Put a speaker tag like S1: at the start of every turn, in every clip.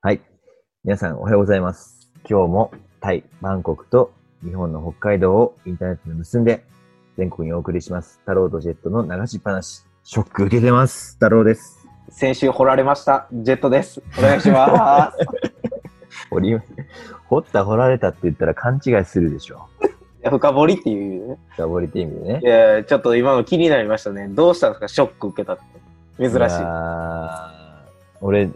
S1: はい。皆さんおはようございます。今日もタイ、バンコクと日本の北海道をインターネットで結んで全国にお送りします。太郎とジェットの流しっぱなし。ショック受けてます。太郎です。
S2: 先週掘られました、ジェットです。お願いします。 い
S1: 掘り、掘った掘られたって言ったら勘違いするでしょ。
S2: や深掘りっていう意味でね。
S1: 深掘りって意味でね
S2: い。やちょっと今の気になりましたね。どうしたんですかショック受けたって。珍しい。
S1: やー俺、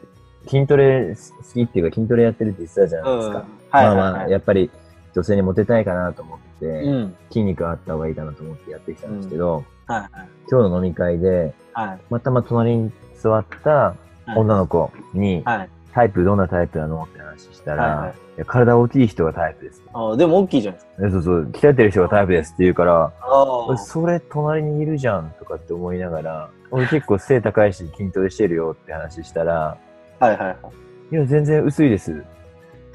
S1: 筋トレ好きっていうか筋トレやってるって言ってたじゃないですか。
S2: はいはいはい。
S1: まあまあ、やっぱり女性にモテたいかなと思って、
S2: うん。
S1: 筋肉あった方がいいかなと思ってやってきたんですけど、
S2: はいはい。
S1: 今日の飲み会で、
S2: はい。
S1: またまた隣に座った女の子に、
S2: はい。
S1: タイプどんなタイプなのって話したら、
S2: はいはい
S1: いや体大きい人がタイプです。
S2: あーでも大きいじゃないですか。
S1: えそうそう、鍛えてる人がタイプですって言うから、
S2: あ
S1: 俺それ隣にいるじゃんとかって思いながら、俺結構背高いし筋トレしてるよって話したら、
S2: あ。はいはいはい。
S1: いや、全然薄いです。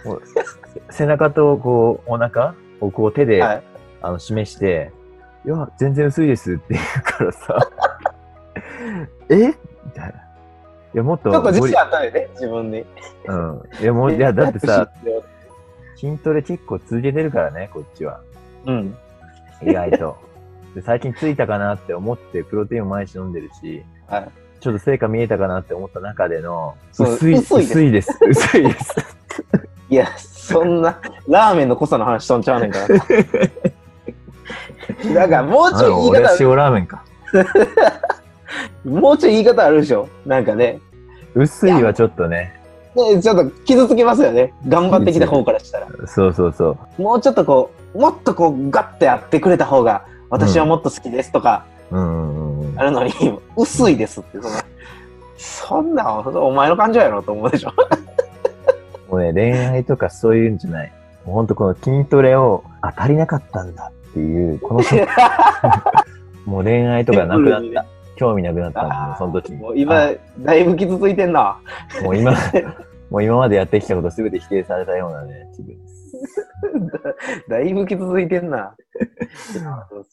S1: もう 背中とこう、お腹をこう手で、
S2: はい
S1: あの示して、いや、全然薄いですって言うからさ、 えみたいな。いや、もっと
S2: ちょっと
S1: ボ
S2: 自
S1: リ
S2: 信あったんね、自分に。
S1: うん。いや、もう、いや、だってさ、
S2: タイプ知よ、
S1: 筋トレ結構続けてるからね、こっち は。
S2: うん。
S1: 意外と。で最近ついたかなって思って、プロテインも毎日飲んでるし、
S2: はい。
S1: ちょっと成果見えたかなって思った中での、
S2: そう
S1: 薄い、
S2: 薄いです
S1: 薄いです。薄いです。
S2: いや、そんな、ラーメンの濃さの話しとんちゃうね んから。だから、もうち
S1: あの
S2: ょい言
S1: 俺
S2: い
S1: は
S2: 方、
S1: 塩ラーメンか。
S2: もうちょい言い方あるでしょなんかね。
S1: 薄いはちょっとね、
S2: ね、ちょっと傷つきますよね。頑張ってきた方からしたら。
S1: そうそうそう。
S2: もうちょっとこう、もっとこう、ガッてやってくれた方が、私はもっと好きですとか、
S1: うんうんうんうん。
S2: あ るのに、薄いですって、その、そんなん、お前の感情やろと思うでしょ。
S1: もうね、恋愛とかそういうんじゃない。もうほんとこの筋トレを当たりなかったんだっていう、この ショックもう恋愛とかなくなっ
S2: シンプルに
S1: た。興味なくなったんだ
S2: あ
S1: よ
S2: ー、
S1: その時に。
S2: もう今
S1: あ、
S2: だいぶ傷ついてんな。
S1: もう今、もう今までやってきたこと全て否定されたようなね、気分です。
S2: だいぶ傷ついてんな。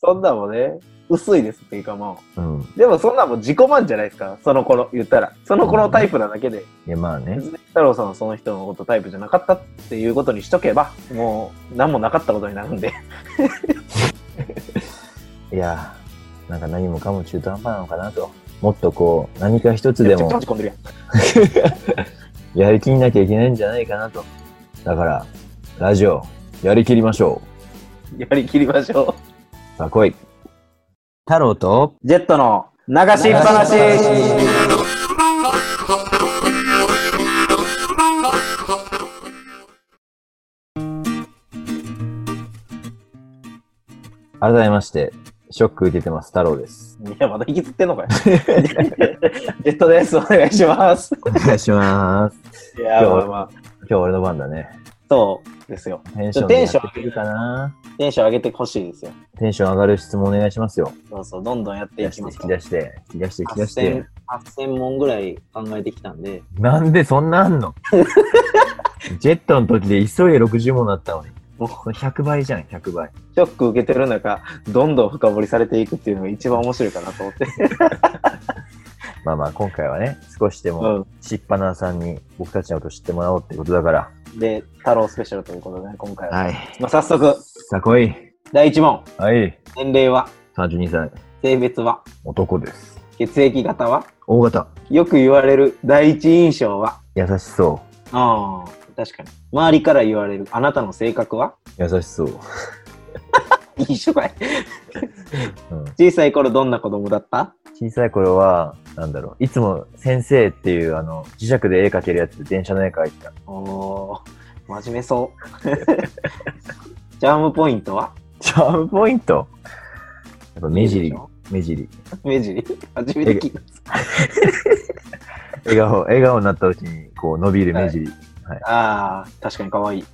S2: そんなんもね、薄いですっていうかも
S1: うん。
S2: う。でもそんなんも自己満じゃないですか。その頃、言ったら。その頃タイプなだけで。
S1: いや、まあね
S2: 別。に太郎さんはその人のことタイプじゃなかったっていうことにしとけばもう何もなかったことになるんで
S1: いや、なんか何もかも中途半端なのかなと。もっとこう、何か一つで
S2: めちゃくちゃ
S1: も
S2: 落ち込んでるやん
S1: やりきんなきゃいけないんじゃないかなと。だから、ラジオ、やりきりましょ
S2: やりきりましょ
S1: う。さあ、来い。太郎と、
S2: うジェットの流しっぱなし
S1: 改めまして、ショック受けてます、太郎です。
S2: いやまだ引きずってんのかよジェットですお願いします
S1: お願いします。
S2: いやまあまあ
S1: 今日俺の番だね。
S2: そうですよ
S1: テンションでやってくるかな
S2: テンション上げてほしいですよ
S1: テンション上がる質問お願いしますよ。
S2: そうそうどんどんやって
S1: 引
S2: い
S1: き
S2: きます
S1: 出して、引き出して、引き出して
S2: 8000。8000問ぐらい考えてきたんで
S1: なんでそんなあんの ジェットの時で急いで60問だったのに。
S2: もう
S1: 100倍じゃん、100倍。
S2: ショック受けてる中どんどん深掘りされていくっていうのが一番面白いかなと思って
S1: まあまあ、今回はね、少しで
S2: う
S1: も、
S2: ん
S1: しっぱなさんに僕たちのこと知ってもらおうってことだから。
S2: で、太郎スペシャルということでね、今回は。
S1: はい。
S2: まあ、早速、
S1: さあ来い。
S2: 第1問。
S1: はい。
S2: 年齢は
S1: 32歳、
S2: 性別は
S1: 男です。
S2: 血液型は
S1: 大型、
S2: よく言われる第一印象は
S1: 優しそ
S2: ああ、確かに。周りから言われるあなたの性格は
S1: う。優しそう。
S2: 一緒かい。
S1: うん
S2: 小さい頃どんな子供だった
S1: 小さい頃は、なんだろう、いつも先生っていう、あの、磁石で絵描けるやつで電車の絵描いてた。
S2: おお、真面目そう。チ ャームポイントは
S1: チャームポイントやっぱ目尻
S2: いいでし。ょ
S1: 目尻。
S2: 目尻初めて聞いた。
S1: 笑顔、笑顔になった時に、こう、伸びる目尻。
S2: ああ、確かに可愛い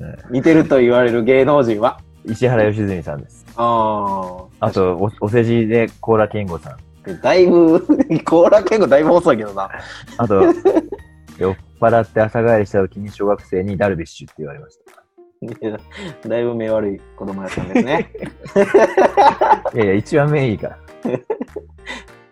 S1: はい。
S2: 似てると言われる芸能人は
S1: 石原良純さんです。
S2: ああ、
S1: あと、お、お世辞で甲羅健吾 さん。
S2: だいぶ、 甲羅結構だいぶ細いけどな。
S1: あと、酔っ払って朝帰りした時に小学生にダルビッシュって言われまし
S2: だいぶ目悪い子供やったんですね。
S1: た。いやいや、一番目いいから。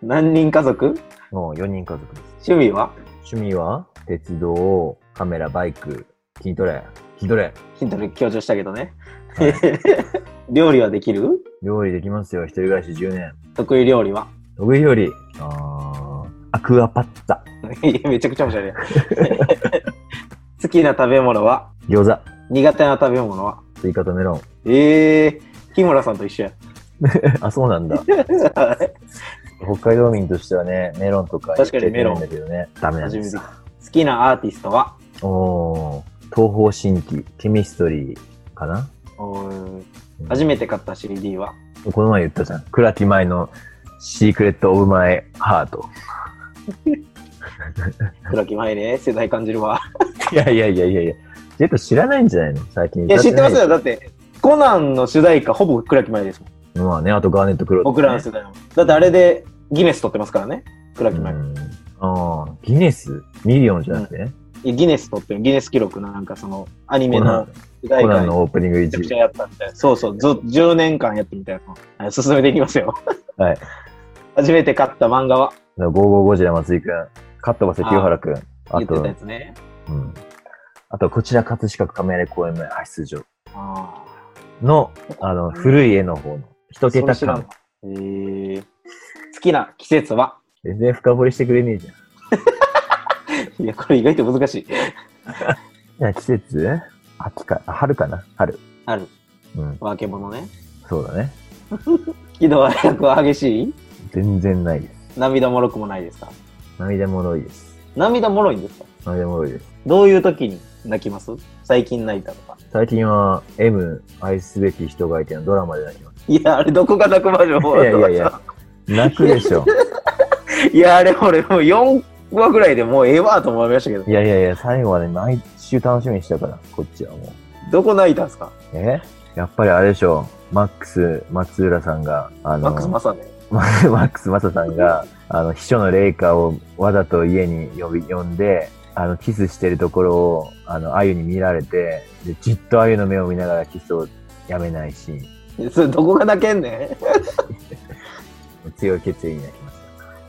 S2: 何人家族
S1: もう4人家族です。
S2: 趣味は
S1: 趣味は鉄道、カメラ、バイク、筋トレ。筋トレ。
S2: ヒントで強調したけどね
S1: は。
S2: 料理はできる
S1: 料理できますよ。一人暮らし10年。
S2: 得意料理は
S1: 得意料理。あーアクアパッツァ。
S2: いやめちゃくちゃ面白いね。 好きな食べ物は
S1: 餃子。
S2: 苦手な食べ物は
S1: スイカとメロン。
S2: ええー、日村さんと一緒や。
S1: あ、そうなんだ。北海道民としてはね、メロンとか
S2: 確かにメロン
S1: 言っちゃいけないんだけどね。ダメなん
S2: 初め
S1: で
S2: て
S1: す
S2: 聞い。た好きなアーティストは
S1: おー、東方神起、ケミストリーかな
S2: うーん初めて買った CD は
S1: この前言ったじゃん。倉木舞のシークレット・オブ・マイ・ハ ート。
S2: 黒木舞ね、世代感じるわ。
S1: いやいやいやいやいや。ジェット知らないんじゃないの最近。
S2: いや、知ってますよ。だって、コナンの主題歌、ほぼ倉木舞ですもん。
S1: まあね、あとガーネット・クロー、
S2: 僕らの世代の。だってあれでギネス取ってますからね、倉木
S1: う
S2: 舞。
S1: んああ、ギネスミリオンじゃなくてね。
S2: いやギネス取ってる、ギネス記録のなんかその、アニメ
S1: コナ
S2: の
S1: ンコ
S2: 主題
S1: ナ
S2: 歌
S1: ン
S2: に
S1: のオープニング
S2: めちゃくちゃ
S1: 1。
S2: やったみたいな。そうそう、ず10年間やってみたいな。はい進めていきますよ。
S1: はい。
S2: 初めて買った漫画は、
S1: 555ジラ松井くん。カットバセ清原くん。あ
S2: 言って
S1: と
S2: たや、つね。
S1: うん。あと、こちら葛飾亀有公園前派出所
S2: あ
S1: の、あの、古い絵の方の、一
S2: あ。そ
S1: 桁
S2: れ知らん
S1: 感
S2: わ。えー、好きな季節は
S1: 全然深掘りしてくれねえじゃん。
S2: いや、これ意外と難しい。
S1: いや季節秋か、あ春かな春。
S2: ある、
S1: うん、
S2: 化け物ね。
S1: そうだね。
S2: 喜怒哀楽は激しい
S1: 全然ないです。
S2: 涙もろくもないですか
S1: 涙もろいです。
S2: 涙もろいんですか
S1: 涙もろいです。
S2: どういう時に泣きます最近泣いたとか。
S1: 最近は M、愛すべき人がいてのドラマで泣きます。
S2: いや、あれどこが泣くまでも
S1: いやいやいや、泣くでし ょ。
S2: いや、あれ俺もう4話ぐらいでもうええわと思いましたけど
S1: い、やいやいや、最後はね、毎週楽しみにしてたから、こっちはもう。
S2: どこ泣いたんですか
S1: えやっぱりあれでしょ。マックス、松浦さんが、あの、
S2: マックス・マサで。
S1: マックス・マサさんが、あの、秘書のレイカをわざと家に呼び、呼んで、あの、キスしてるところを、あの、あゆに見られて、で、じっとあゆの目を見ながらキスをやめないし、
S2: それどこが泣けんね
S1: 強い決意になりま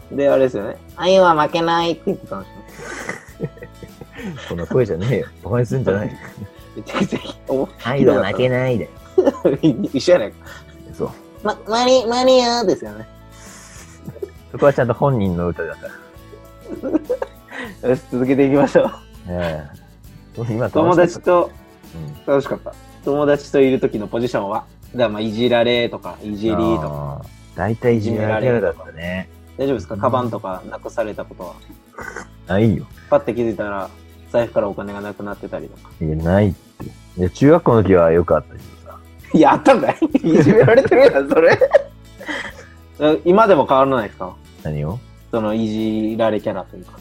S1: し
S2: んで、あれですよね。愛は負けないって言ってたんですよ。
S1: た。そんな声じゃね えよ。お前するんじゃない。
S2: めちゃくちゃ お
S1: 愛は負けないで。
S2: 一緒やないか。
S1: そう。
S2: ま、マリ、マリアですよね。
S1: そこはちゃんと本人の歌だから。
S2: よし、続けていきましょう。
S1: ええ今
S2: 友
S1: 楽しか
S2: 達
S1: っ
S2: と
S1: たうん
S2: 楽しかった。友達といる時のポジションはだからまあ、いじられとか、いじりとか。
S1: あー大体いじめられキャラだったね。
S2: 大丈夫ですか
S1: うん
S2: カバンとかなくされたことは。
S1: ないよ。
S2: パッて気づいたら、財布からお金がなくなってたりとか。
S1: いや、ないって。いや、中学校の時は良かったけどさ。
S2: いや、あったんかいいじめられてるやん、それ。今でも変わらないですか
S1: 何を
S2: その、いじられキャラというか。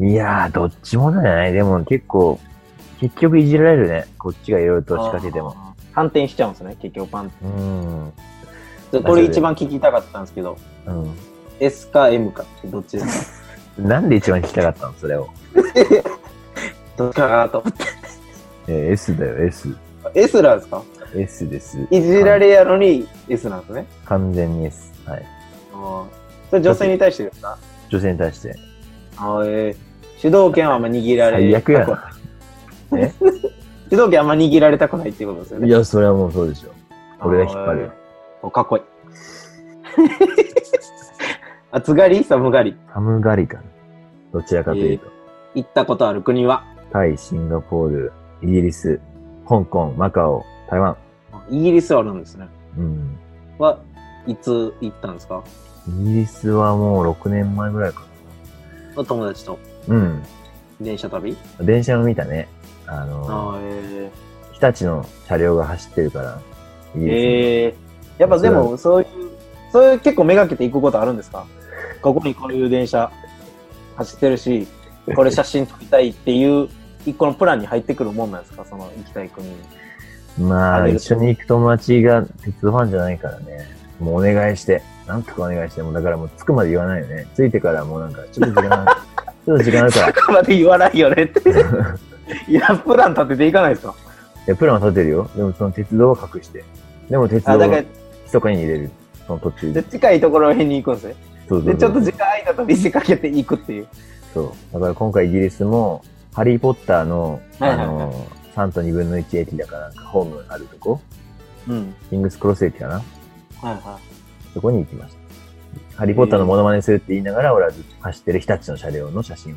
S1: いやー、どっちもじゃないでも結構、結局いじられるね。こっちがいろいろと仕掛けても。
S2: あー。反転しちゃうんですね、結局パン。
S1: うーん。
S2: これ一番聞きたかったんですけど、
S1: う
S2: S か M かってどっちですか
S1: ん。なんで一番聞きたかったのそれを。
S2: どっちかなと思って。
S1: えー S だよ、S。
S2: S なんですか
S1: S です。
S2: いじられやのに S なんですね。
S1: 完全に S。はい。
S2: あーそれ女性に対してですか
S1: 女性に対して。
S2: あーえー主導権はあんま握られ
S1: 最悪や
S2: たく
S1: な。
S2: 主導権あんま握られたくないっていうことですよ ね。
S1: いや、それはもうそうでしょ。俺が引っ張る。
S2: おかっこいい。暑がり寒がり。
S1: 寒がりかな。どちらかというと。
S2: 行ったことある国は
S1: タイ、シンガポール、イギリス、香港、マカオ、台湾。
S2: イギリスはあるんですね。
S1: うん。
S2: はいつ行ったんですか
S1: イギリスはもう6年前ぐらいか
S2: お友達と
S1: な。うん。
S2: 電車旅
S1: 電車も見たね。あの、
S2: あー
S1: 日立の車両が走ってるから、イギ
S2: えー、
S1: リスに
S2: えーやっぱでもそういう、そういう結構めがけて行くことあるんですかここにこういう電車走ってるし、これ写真撮りたいっていう一個のプランに入ってくるもんなんですかその行きたい国に。
S1: ま
S2: あ
S1: あ、
S2: れ
S1: 一緒に行く友達が鉄道ファンじゃないからね。もうお願いして、なんとかお願いして、もうだからもう着くまで言わないよね。着いてからもうなんか、ちょっと時間、 ちょっと時間あるから。
S2: 中まで言わないよねって。 いや、プラン立てていかないですか
S1: いや、プランは立てるよ。でもその鉄道は隠して。でも鉄道
S2: あ、だか
S1: は
S2: ら、
S1: 密かに入れる。その途中
S2: で
S1: で。
S2: 近いところへに行くんですね。
S1: そうそう
S2: で、ちょっと
S1: そう
S2: 時間空いたと見せかけて行くっていう。
S1: そう。だから今回イギリスも、ハリー・ポッターの、
S2: はい
S1: あ
S2: はいはい
S1: の、3と2分の1駅だから、なんかホームあるとこ、
S2: うん。
S1: キングスクロス駅かな
S2: はいは
S1: そこに行きました。ハリー・ポッターのモノマネするって言いながら、俺はずっと走ってる日立の車両の写真を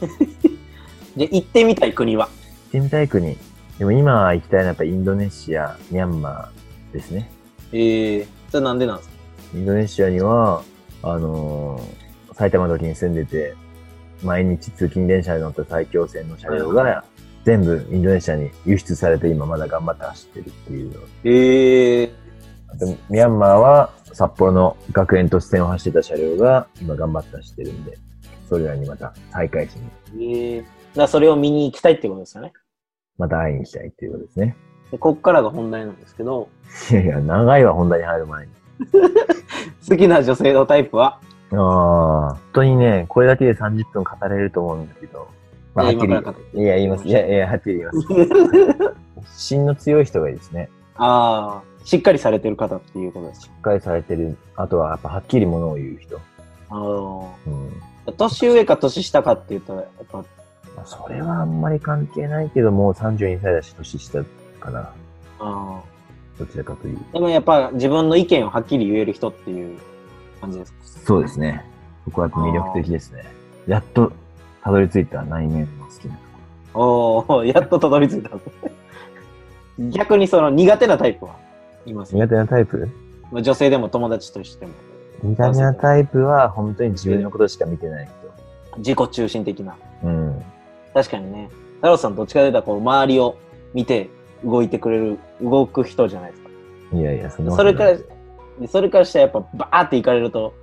S1: 撮って。
S2: い。で、行ってみたい国は。
S1: 行ってみたい国。でも今行きたいのはやっぱインドネシア、ミャンマーですね。
S2: ええそれなんでなんですか
S1: インドネシアには、あのー埼玉の時に住んでて、毎日通勤電車に乗った埼京線の車両が、全部インドネシアに輸出されて今まだ頑張って走ってるっていうの。
S2: ええ
S1: でもミャンマーは札幌の学園都市線を走ってた車両が今頑張って走ってるんで、それらにまた再開しに、
S2: ええだからそれを見に行きたいってことですよね。
S1: また会いに行きたいっていうことですね。
S2: でこっからが本題なんですけど、
S1: いやいや、長いわ、本題に入る前に。
S2: 好きな女性のタイプは、
S1: ああ、本当にね、これだけで30分語れると思うんだけど、まあ、はっ
S2: いや
S1: き
S2: 今から語
S1: り、いや、言います。いや、いや、はっきり言います。芯の強い人がいいですね。
S2: ああ、しっかりされてる方っていうことです
S1: し。っかりされてる。あとは、やっぱ、はっきりものを言う人。
S2: あの
S1: うん。
S2: ー年上か年下かっていうと、やっぱ、
S1: まあ、それはあんまり関係ないけど、もう32歳だし、年下かな。
S2: あ
S1: どちらかというと。
S2: ーでもやっぱ自分の意見をはっきり言える人っていう感じですか。
S1: そうですね。そこはやっぱ魅力的ですね。やっと、たどり着いた内面の好きな。
S2: おお、やっとたどり着いた。逆にその苦手なタイプはいます。
S1: 苦手なタイプ
S2: まあ女性でも友達としても、
S1: 苦手なタイプは、本当に自分のことしか見てない
S2: 自己中心的な。
S1: 人。うん。
S2: 確かにね、太郎さんどっちかというとこう周りを見て動いてくれる、動く人じゃないですか。
S1: いやいや、そんなこ
S2: そ
S1: とな
S2: れ
S1: い
S2: から、でそれからしたらやっぱバーって行かれると、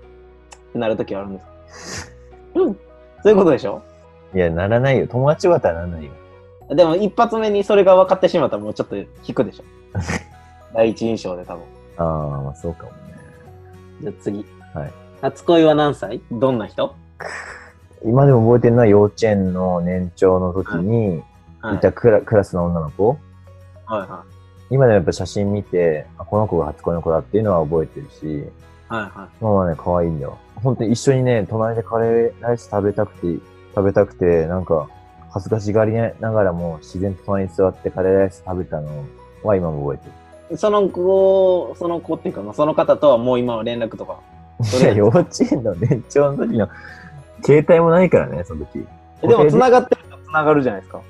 S2: ってなるときはあるんですかうん。そういうことでしょ
S1: いや、ならないよ。友達はならないよ。
S2: でも一発目にそれが分かってしまったらもうちょっと引くで しょ第一印象で多分。
S1: ああ、まあそうかもね。
S2: じゃあ次。
S1: はい。
S2: 初恋は何歳どんな人
S1: 今でも覚えてるのは幼稚園の年長の時に
S2: はい
S1: いたクラ,、クラスの女の子。
S2: はいは
S1: 今でもやっぱ写真見て、あ、この子が初恋の子だっていうのは覚えてるし、
S2: い。はいは
S1: まあまあね、可愛いんだよ。本当に一緒にね、隣でカレーライス食べたくて、食べたくて、なんか、恥ずかしがりながらも自然と隣に座ってカレーライス食べたのは今も覚えてる。
S2: い。その子、その子っていうか、まあ、その方とはもう今は連絡とか。そ
S1: い
S2: れ
S1: や、幼稚園の年長の時の、携帯もないからね、その時。
S2: えでも繋がってると繋がるじゃないですか。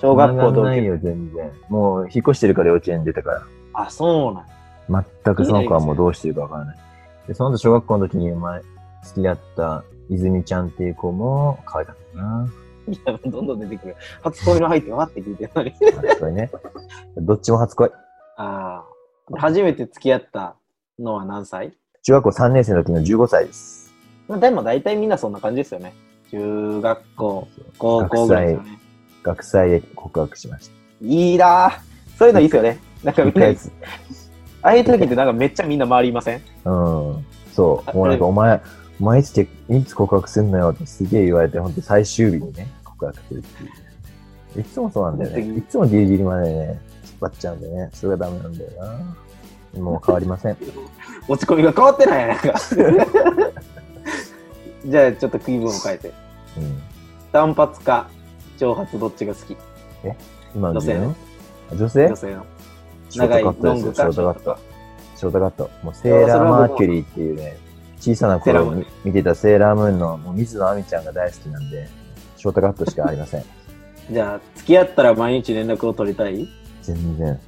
S2: 小学校
S1: と
S2: 同
S1: ない
S2: 級。
S1: よ、全然。もう、引っ越してるから幼稚園出たから。
S2: あ、そうなん。
S1: 全くその子はもうどうしてるかわからない。で、その後小学校の時に前、好きだった泉ちゃんっていう子も可愛かったな。
S2: いや、どんどん出てくる。初恋の相手はって聞いてるのに。
S1: 初恋ね。 どっちも初恋。
S2: ああ。初めて付き合ったのは何歳
S1: 中学校3年生の時の15歳です。
S2: まあでも大体みんなそんな感じですよね。中学校、高
S1: 学
S2: 校ぐらいです
S1: 祭
S2: よ、ね。
S1: 学祭で告白しました。
S2: いいなぁ。そういうのいいですよね。なんかみんな、
S1: 一
S2: ああいう時ってなんかめっちゃみんな周りいません
S1: うん。そう。もうなんか、
S2: あ
S1: お前、お前いつて、いつ告白すんなよってすげえ言われて、ほんと最終日にね、告白するっていう。いつもそうなんだよね。いつもギリギリまでね、引っ張っちゃうんでね、それがダメなんだよな。もう変わりません。
S2: 落ち込みが変わってないやなんか。 じゃあちょっと気分を変えて。
S1: うん。
S2: 単発か、長髪どっちが好き
S1: 今の
S2: 女性
S1: ね
S2: の。
S1: 女性
S2: 女性の。長い
S1: ショートカットですよショ
S2: ロン
S1: ー
S2: グか
S1: トカット。ショートカット。もうセーラーマーキュリーっていうね、小さな頃に
S2: セーラームー
S1: 見
S2: ン
S1: てたセーラームーンのもう水野亜美ちゃんが大好きなんで、ショートカットしかありません。
S2: じゃあ付き合ったら毎日連絡を取りたい
S1: 全然。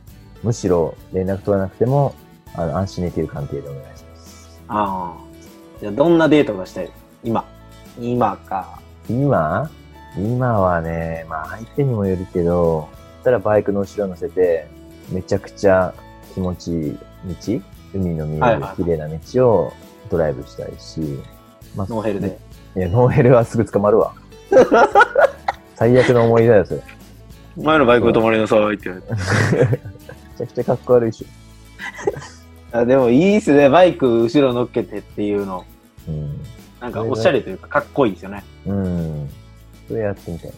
S1: むしろ連絡取らなくても、あの、安心できる関係でお願いします。
S2: ああ。じゃあどんなデートがしたい今。今か。
S1: 今今はね、まあ相手にもよるけど、だったらバイクの後ろ乗せて、めちゃくちゃ気持ちいい道海の見え
S2: はい
S1: る
S2: はい
S1: 綺麗な道をドライブしたいし、まあ
S2: ノーヘルで。
S1: いや、ノーヘルはすぐ捕まる わ。最悪の思い出だよ、それ。め
S2: 前のバイク止まりなさいって言われて。
S1: ちゃくちゃかっこ悪いし。
S2: あでもいいっすね。バイク後ろ乗っけてっていうの。
S1: うん。
S2: なんかおしゃれというかかっこいいですよね。
S1: うん。それやってみたいね。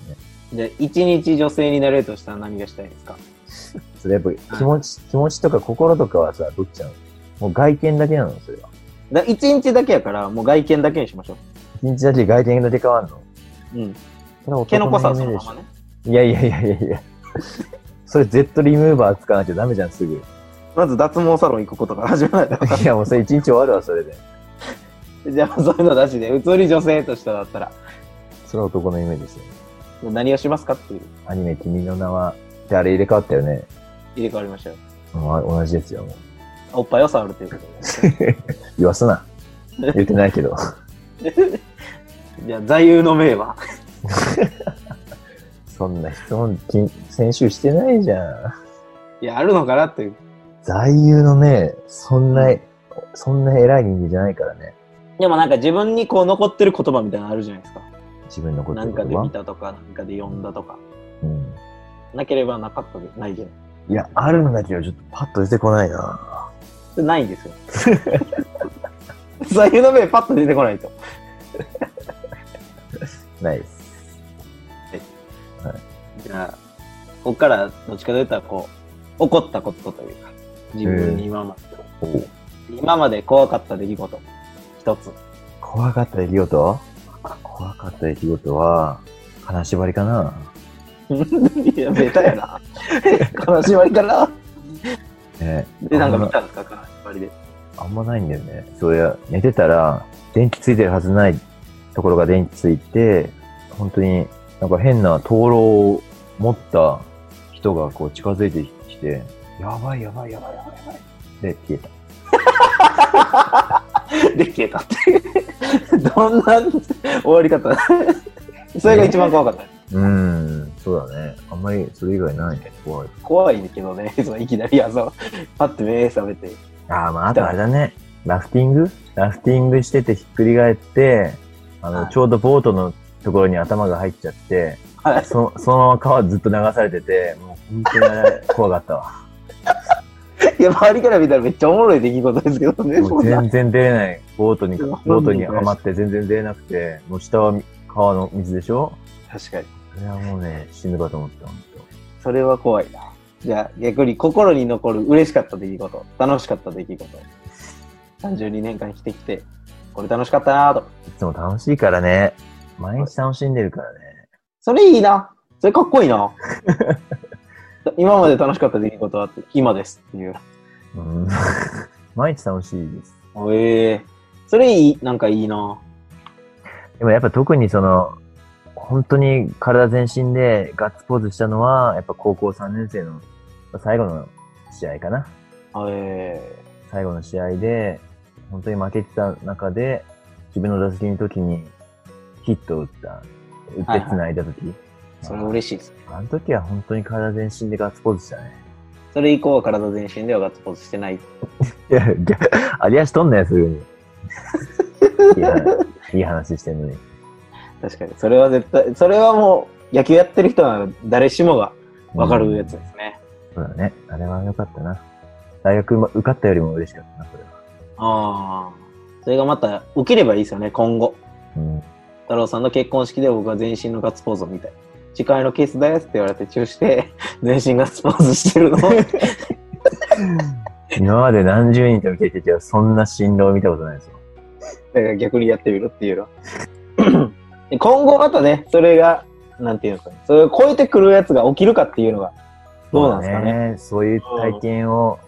S2: じゃあ一日女性になれるとしたら何がしたいですか
S1: それやっぱ気持ち、気持ちとか心とかはさ、どっちなのもう外見だけなの、それは。
S2: だ一日だけやから、もう外見だけにしましょう。
S1: 一日だけ外見だけ変わんの
S2: うん。
S1: それは
S2: ケノコ
S1: 男
S2: さんそ
S1: 夢
S2: の
S1: で
S2: ま
S1: しょ
S2: まね。
S1: いやいやいやいや いや。それ Z リムーバー使わなきゃダメじゃん、す ぐ。
S2: まず脱毛サロン行くことから始まらない
S1: いや、もうそれ一日終わるわ、それで。
S2: と。じゃあ、そういうのなしで、普通に女性としてだったら、
S1: それは男の夢ですよ。
S2: もう何をしますかっていう、
S1: アニメ、君の名は、ってあれ入れ替わったよね。
S2: 入れ替わりましたよ。
S1: うんあ同じですよ、もう。
S2: おっぱいを触るということ
S1: 言わすな。言ってないけど。
S2: で。じゃあ、座右の銘は。
S1: そんな質問、き先週してないじゃん。
S2: いや、あるのかなっていう。
S1: 座右の銘、そんな、そんな偉い人間じゃないからね。
S2: でもなんか自分にこう残ってる言葉みたいなのあるじゃないですか。
S1: 自分のこと
S2: なんかで見たとか、なんかで読んだとか。
S1: うん。
S2: なければなかったで、ないじゃない
S1: いや、あるんだけど、ちょっとパッと出てこないな。
S2: でないんですよ。座右の銘パッと出てこないと。
S1: ないです。
S2: じゃあ、こっからどっちかというと、こう、怒ったことというか、自分に今まで、
S1: おう
S2: 今まで怖かった出来事、一つ。
S1: 怖かった出来事怖かった出来事は、金縛りかな。
S2: いや、 ベタやな。悲しまりかな。
S1: ね、
S2: で、なんか見たんですか、悲しまりで。
S1: あんまないんだよね。そういや、寝てたら、電気ついてるはずないところが電気ついて、本当になんか変な灯籠を持った人がこう近づいてきて、やばいやばいやばいやばいやばい。で、消えた。
S2: で、消えたって。どんな終わり方それが一番怖かった。
S1: うーん、そうだね。あんまりそれ以外ないね。怖い。
S2: 怖いんだけどね、そのいきなり朝、パッて目覚めて。
S1: ああ、まあ、あとあれだね。ラフティングラフティングしててひっくり返って、あの、
S2: はい
S1: ちょうどボートのところに頭が入っちゃって、
S2: はい
S1: そそのまま川ずっと流されてて、もう本当にあれ怖かった わ。
S2: いや、周りから見たらめっちゃおもろい出来事ですけどね、
S1: も
S2: そ
S1: うん
S2: な。
S1: 全然出れない。ボートに、
S2: うん
S1: ボートにはまって全然出れなくて、もう下は川の水でしょ
S2: 確かに。
S1: それはもうね、死ぬかと思った、本
S2: それは怖いな。じゃあ逆に心に残る嬉しかった出来事、楽しかった出来事。32年間生きてきて、これ楽しかったなぁと。
S1: 当。いつも楽しいからね。毎日楽しんでるからね。
S2: それいいな。それかっこいい な。今まで楽しかった出来事は今ですっていう。
S1: うん。 毎日楽しいです。
S2: ええそれいい、なんかいいな。
S1: でもやっぱ特にその、本当に体全身でガッツポーズしたのは、やっぱ高校3年生の最後の試合かな。
S2: え
S1: 最後の試合で、本当に負けてた中で、自分の打席の時にヒットを打った、打
S2: は
S1: っ
S2: い
S1: て
S2: はい
S1: 繋いだ時、
S2: えそれ嬉しいです。
S1: あの時は本当に体全身でガッツポーズしたね。
S2: それ以降は体全身ではガッツポーズしてない。
S1: いや、いや有足とんなよ、す ぐに。いい話いい話してんのに。
S2: 確かに。それは絶対、それはもう野球やってる人なら誰しもがわかるやつですね。
S1: そうだね。あれは良かったな。大学ま受かったよりも嬉しかったな、それは。
S2: ああ。それがまた受ければいいですよね、今後。
S1: うん。
S2: 太郎さんの結婚式で僕は全身のガッツポーズを見たい。次回のケースですって言われてチューして、 全身ガッツポーズしてるのを
S1: 今まで何十人と見てきて、そんな振動を見たことないですよ。
S2: だから逆にやってみるっていうの。 で今後またね、それが、なんていうんですかね、それを超えてくるやつが起きるかっていうのが、どうなんですかね。
S1: ね。そういう体験を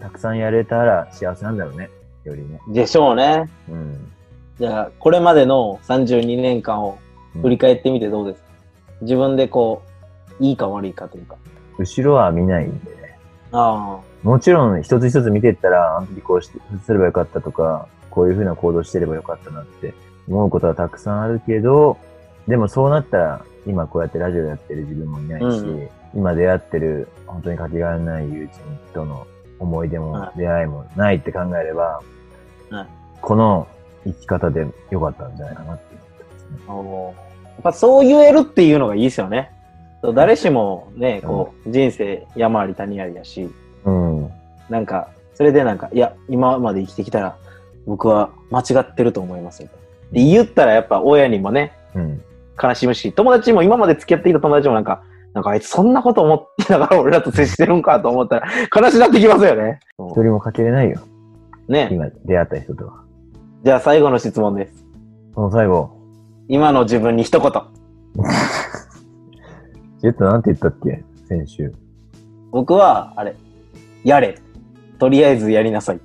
S1: たくさんやれたら幸せなんだろうね。よりね。
S2: でしょうね。
S1: うん。
S2: じゃあ、これまでの32年間を振り返ってみてどうですか、自分でこう、いいか悪いかというか。
S1: 後ろは見ないんでね。
S2: あ
S1: もちろん一つ一つ見てったら、あの時こうして、こうすればよかったとか、こういう風な行動してればよかったなって思うことはたくさんあるけど、でもそうなったら、今こうやってラジオやってる自分もいないし、
S2: うん
S1: 今出会ってる本当にかけがえのない友人との思い出も
S2: は
S1: 出会いもないって考えれば、
S2: はい
S1: この生き方で良かったんじゃないかなって思ってますね。
S2: あ。やっぱそう言えるっていうのがいいですよね。そう誰しもね、こう、人生山あり谷ありやし、
S1: うん。
S2: なんか、それでなんか、いや、今まで生きてきたら、僕は間違ってると思いますみたいな。で、言ったらやっぱ親にもね、
S1: うん。
S2: 悲しむし、友達も今まで付き合ってきた友達もなんか、なんかあいつそんなこと思ってながら俺らと接してるんかと思ったら、悲しなってきますよね。
S1: 一人もかけれないよ。
S2: ね。
S1: 今出会った人とは。
S2: じゃあ最後の質問です。
S1: その最後、
S2: 今の自分に一言。
S1: ジェットなんて言ったっけ先週。
S2: 僕は、あれ、やれ。とりあえずやりなさい。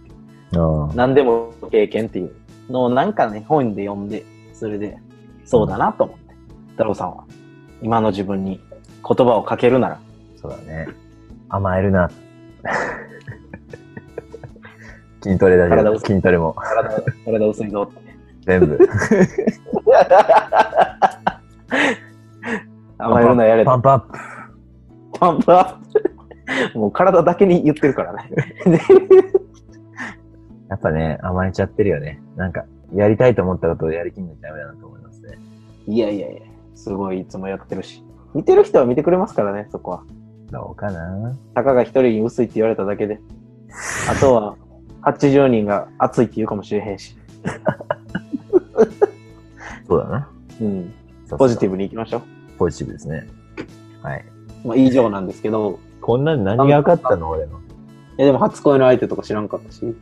S1: ああ。
S2: 何でも経験っていうのをなんかね、本で読んで、それで、そうだなと思って。太郎さんは、今の自分に言葉をかけるなら、
S1: そうだね。甘えるな。 筋トレだ
S2: 体
S1: よ。
S2: を
S1: 筋トレも。
S2: 体、体薄いぞって。
S1: 全部。
S2: 甘えるなやれ
S1: パ
S2: と。
S1: ンプアップ。
S2: パンプアップもう体だけに言ってるからね。
S1: やっぱね、甘えちゃってるよね。なんか、やりたいと思ったことをやりきんないとダメだなと思いますね。
S2: いやいやいや、すごいいつもやってるし。見てる人は見てくれますからね、そこは。
S1: どうかな
S2: たかが一人に薄いって言われただけで。あとは、80人が熱いって言うかもしれへんし。
S1: そうだな。
S2: うん。
S1: そうそう
S2: ポジティブに行きましょ
S1: ポジティブですね。はい。
S2: う。まあ、以上なんですけど、
S1: こんなん何が分かった の俺の。
S2: えでも初恋の相手とか知らんかったし。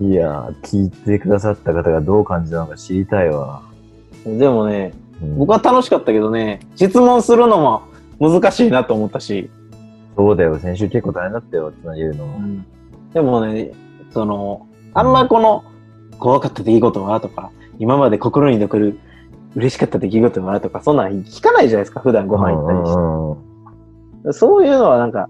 S1: いやー、聞いてくださった方がどう感じたのか知りたいわ。
S2: でもね、
S1: うん
S2: 僕は楽しかったけどね、質問するのも難しいなと思ったし、
S1: そうだよ。先週結構大変だったよ。つなげるのも。
S2: でもね、その、あんまこの、怖かった出来事はとか、今まで心に残る嬉しかった出来事はとか、そんなん聞かないじゃないですか、普段ご飯行ったりし
S1: う
S2: て。
S1: ん
S2: そういうのはなんか、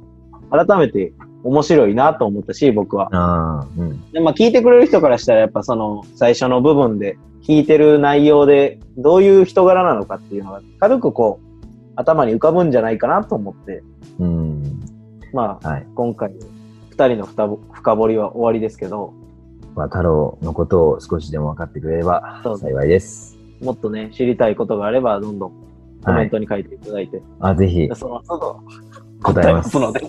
S2: 改めて面白いなと思ったし、僕は。
S1: ああ、うん。
S2: でまあ、聞いてくれる人からしたら、やっぱその、最初の部分で、聞いてる内容で、どういう人柄なのかっていうのが、軽くこう、頭に浮かぶんじゃないかなと思って、
S1: うん。
S2: まあ、
S1: はい。今
S2: 今回、二人の深ぼ深掘りは終わりですけど、
S1: まあ、太郎のことを少しでも分かってくれれば
S2: そうです
S1: 幸いです。
S2: もっとね、知りたいことがあれば、どんどんコ
S1: は
S2: メン
S1: い。
S2: トに書いていただいて、
S1: あ、ぜひ
S2: で、その都度
S1: 答えます。
S2: ので。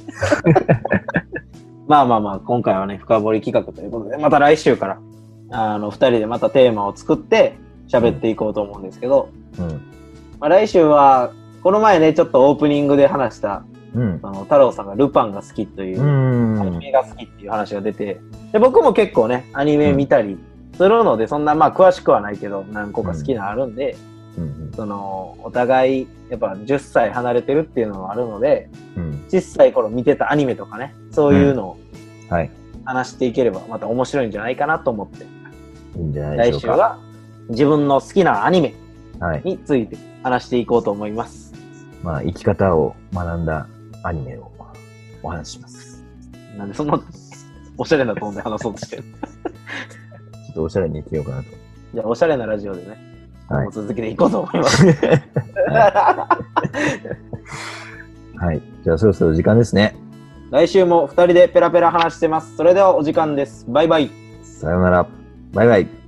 S2: まあまあまあ、今回はね、深掘り企画ということで、また来週から、あの、二人でまたテーマを作って、喋っていこうと思うんですけど、
S1: うん。
S2: まあ、来週は、この前ね、ちょっとオープニングで話した、
S1: うん
S2: あ。の太郎さんがルパンが好きという、
S1: うん。
S2: アニメが好きっていう話が出て、で、僕も結構ね、アニメ見たりするので、そんなまあ詳しくはないけど、何個か好きなのあるんで、
S1: うん
S2: その、お互い、やっぱ10歳離れてるっていうのもあるので、
S1: うん。
S2: 小さい頃見てたアニメとかね、そういうのを
S1: はい。
S2: 話していければまた面白いんじゃないかなと思って、
S1: いいんじゃないで
S2: 来
S1: し
S2: 週
S1: ょうか。
S2: は自分の好きなアニメ
S1: はい。
S2: について話していこうと思います。
S1: まあ、生き方を学んだアニメをお話しします。
S2: なんでそんな おしゃれなトーンで話そうと してる。
S1: ちょっとおしゃれに生きようかなと。
S2: じゃあおしゃれなラジオでね、
S1: はい
S2: もう続けていこうと思います。
S1: はい。じゃあ、そろそろ時間ですね。
S2: 来週も2人でペラペラ話してます。それではお時間です。バイバイ。
S1: さようなら。バイバイ。